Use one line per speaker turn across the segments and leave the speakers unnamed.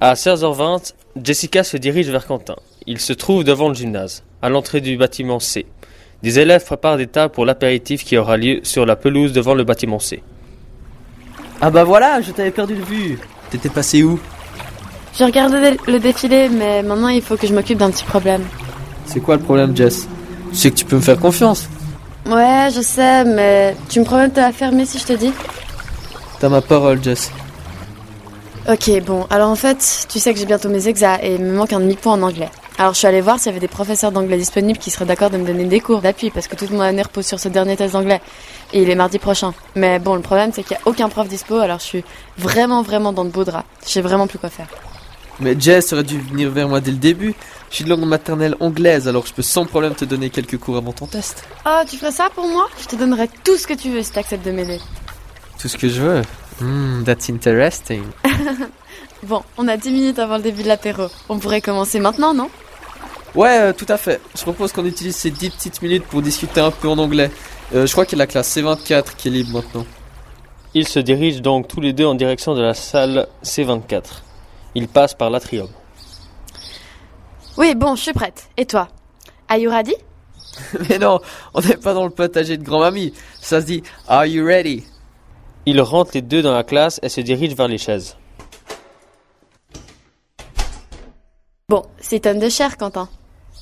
À 16h20, Jessica se dirige vers Quentin. Il se trouve devant le gymnase, à l'entrée du bâtiment C. Des élèves préparent des tables pour l'apéritif qui aura lieu sur la pelouse devant le bâtiment C.
Ah bah voilà, je t'avais perdu de vue. T'étais passé où
Je regardais le défilé, mais maintenant il faut que je m'occupe d'un petit problème.
C'est quoi le problème, Jess Tu sais que tu peux me faire confiance.
Ouais, je sais, mais tu me promets de te la fermer si je te dis
T'as ma parole, Jess.
Ok, bon, alors en fait, tu sais que j'ai bientôt mes exas et il me manque un demi-point en anglais. Alors je suis allée voir s'il y avait des professeurs d'anglais disponibles qui seraient d'accord de me donner des cours d'appui parce que toute mon année repose sur ce dernier test d'anglais et il est mardi prochain. Mais bon, le problème c'est qu'il n'y a aucun prof dispo alors je suis vraiment vraiment dans de beaux draps. Je sais vraiment plus quoi faire.
Mais Jess aurait dû venir vers moi dès le début. Je suis de langue maternelle anglaise, alors je peux sans problème te donner quelques cours avant ton test.
Oh, tu ferais ça pour moi Je te donnerai tout ce que tu veux si t'acceptes de m'aider.
Tout ce que je veux. Hmm, that's interesting.
Bon, on a 10 minutes avant le début de l'apéro. On pourrait commencer maintenant, non
Ouais, euh, tout à fait. Je propose qu'on utilise ces 10 petites minutes pour discuter un peu en anglais. Euh, je crois qu'il y a la classe C24 qui est libre maintenant.
Ils se dirigent donc tous les deux en direction de la salle C24. Ils passent par l'atrium.
Oui, bon, je suis prête. Et toi Are you ready
Mais non, on n'est pas dans le potager de grand-mamie. Ça se dit Are you ready
Ils rentrent les deux dans la classe et se dirigent vers les chaises.
Bon, c'est tonne de chair, Quentin.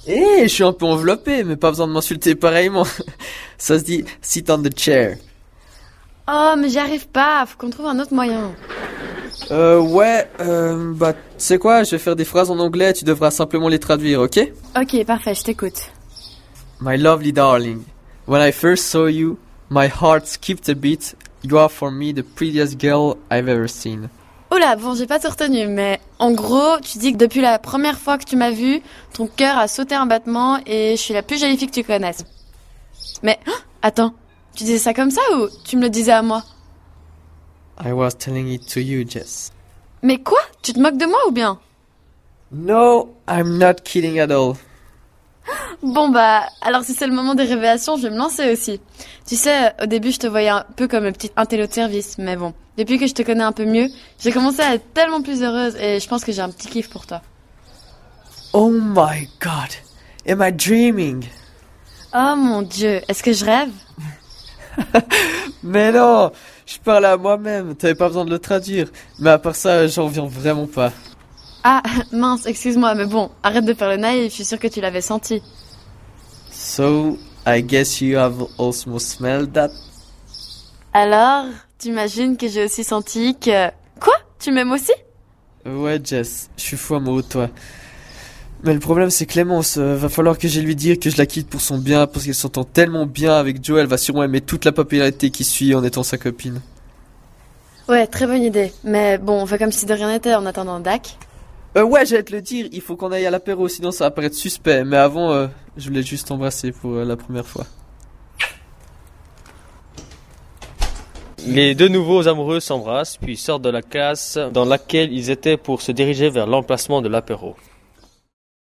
Eh, je suis un peu enveloppé, mais pas besoin de m'insulter pareillement. Ça se dit sit on the chair.
Oh, mais j'y arrive pas. Faut qu'on trouve un autre moyen.
Euh, ouais, euh, bah, tu sais quoi, je vais faire des phrases en anglais, tu devras simplement les traduire, ok
Ok, parfait, je t'écoute.
My lovely darling, when I first saw you, my heart skipped a beat. You are for me the prettiest girl I've ever seen.
Oh là, bon, j'ai pas tout retenu, mais en gros, tu dis que depuis la première fois que tu m'as vu, ton cœur a sauté un battement et je suis la plus jolie fille que tu connaisses. Mais, ah, attends, tu disais ça comme ça ou tu me le disais à moi
I was telling it to you, Jess.
Mais quoi Tu te moques de moi ou bien
No, I'm not kidding at all.
Bon bah, alors si c'est le moment des révélations, je vais me lancer aussi. Tu sais, au début, je te voyais un peu comme le petit intello de service, mais bon, depuis que je te connais un peu mieux, j'ai commencé à être tellement plus heureuse et je pense que j'ai un petit kiff pour toi.
Oh my god, am I dreaming
Oh mon dieu, est-ce que je rêve
Mais non, je parle à moi-même, t'avais pas besoin de le traduire. Mais à part ça, j'en viens vraiment pas.
Ah, mince, excuse-moi, mais bon, arrête de faire le naïf, je suis sûre que tu l'avais senti.
So, I guess you have also smelled that.
Alors, t'imagines que j'ai aussi senti que... Quoi Tu m'aimes aussi
Ouais, Jess, je suis fou amoureux de toi. Mais le problème, c'est Clémence. euh, va falloir que j'aille lui dire que je la quitte pour son bien, parce qu'elle s'entend tellement bien avec Joe, elle va sûrement aimer toute la popularité qui suit en étant sa copine.
Ouais, très bonne idée. Mais bon, on fait comme si de rien n'était en attendant Dak.
Euh, ouais, j'allais te le dire, il faut qu'on aille à l'apéro, sinon ça va paraître suspect. Mais avant, euh, je voulais juste t'embrasser pour euh, la première fois.
Les deux nouveaux amoureux s'embrassent puis sortent de la classe dans laquelle ils étaient pour se diriger vers l'emplacement de l'apéro.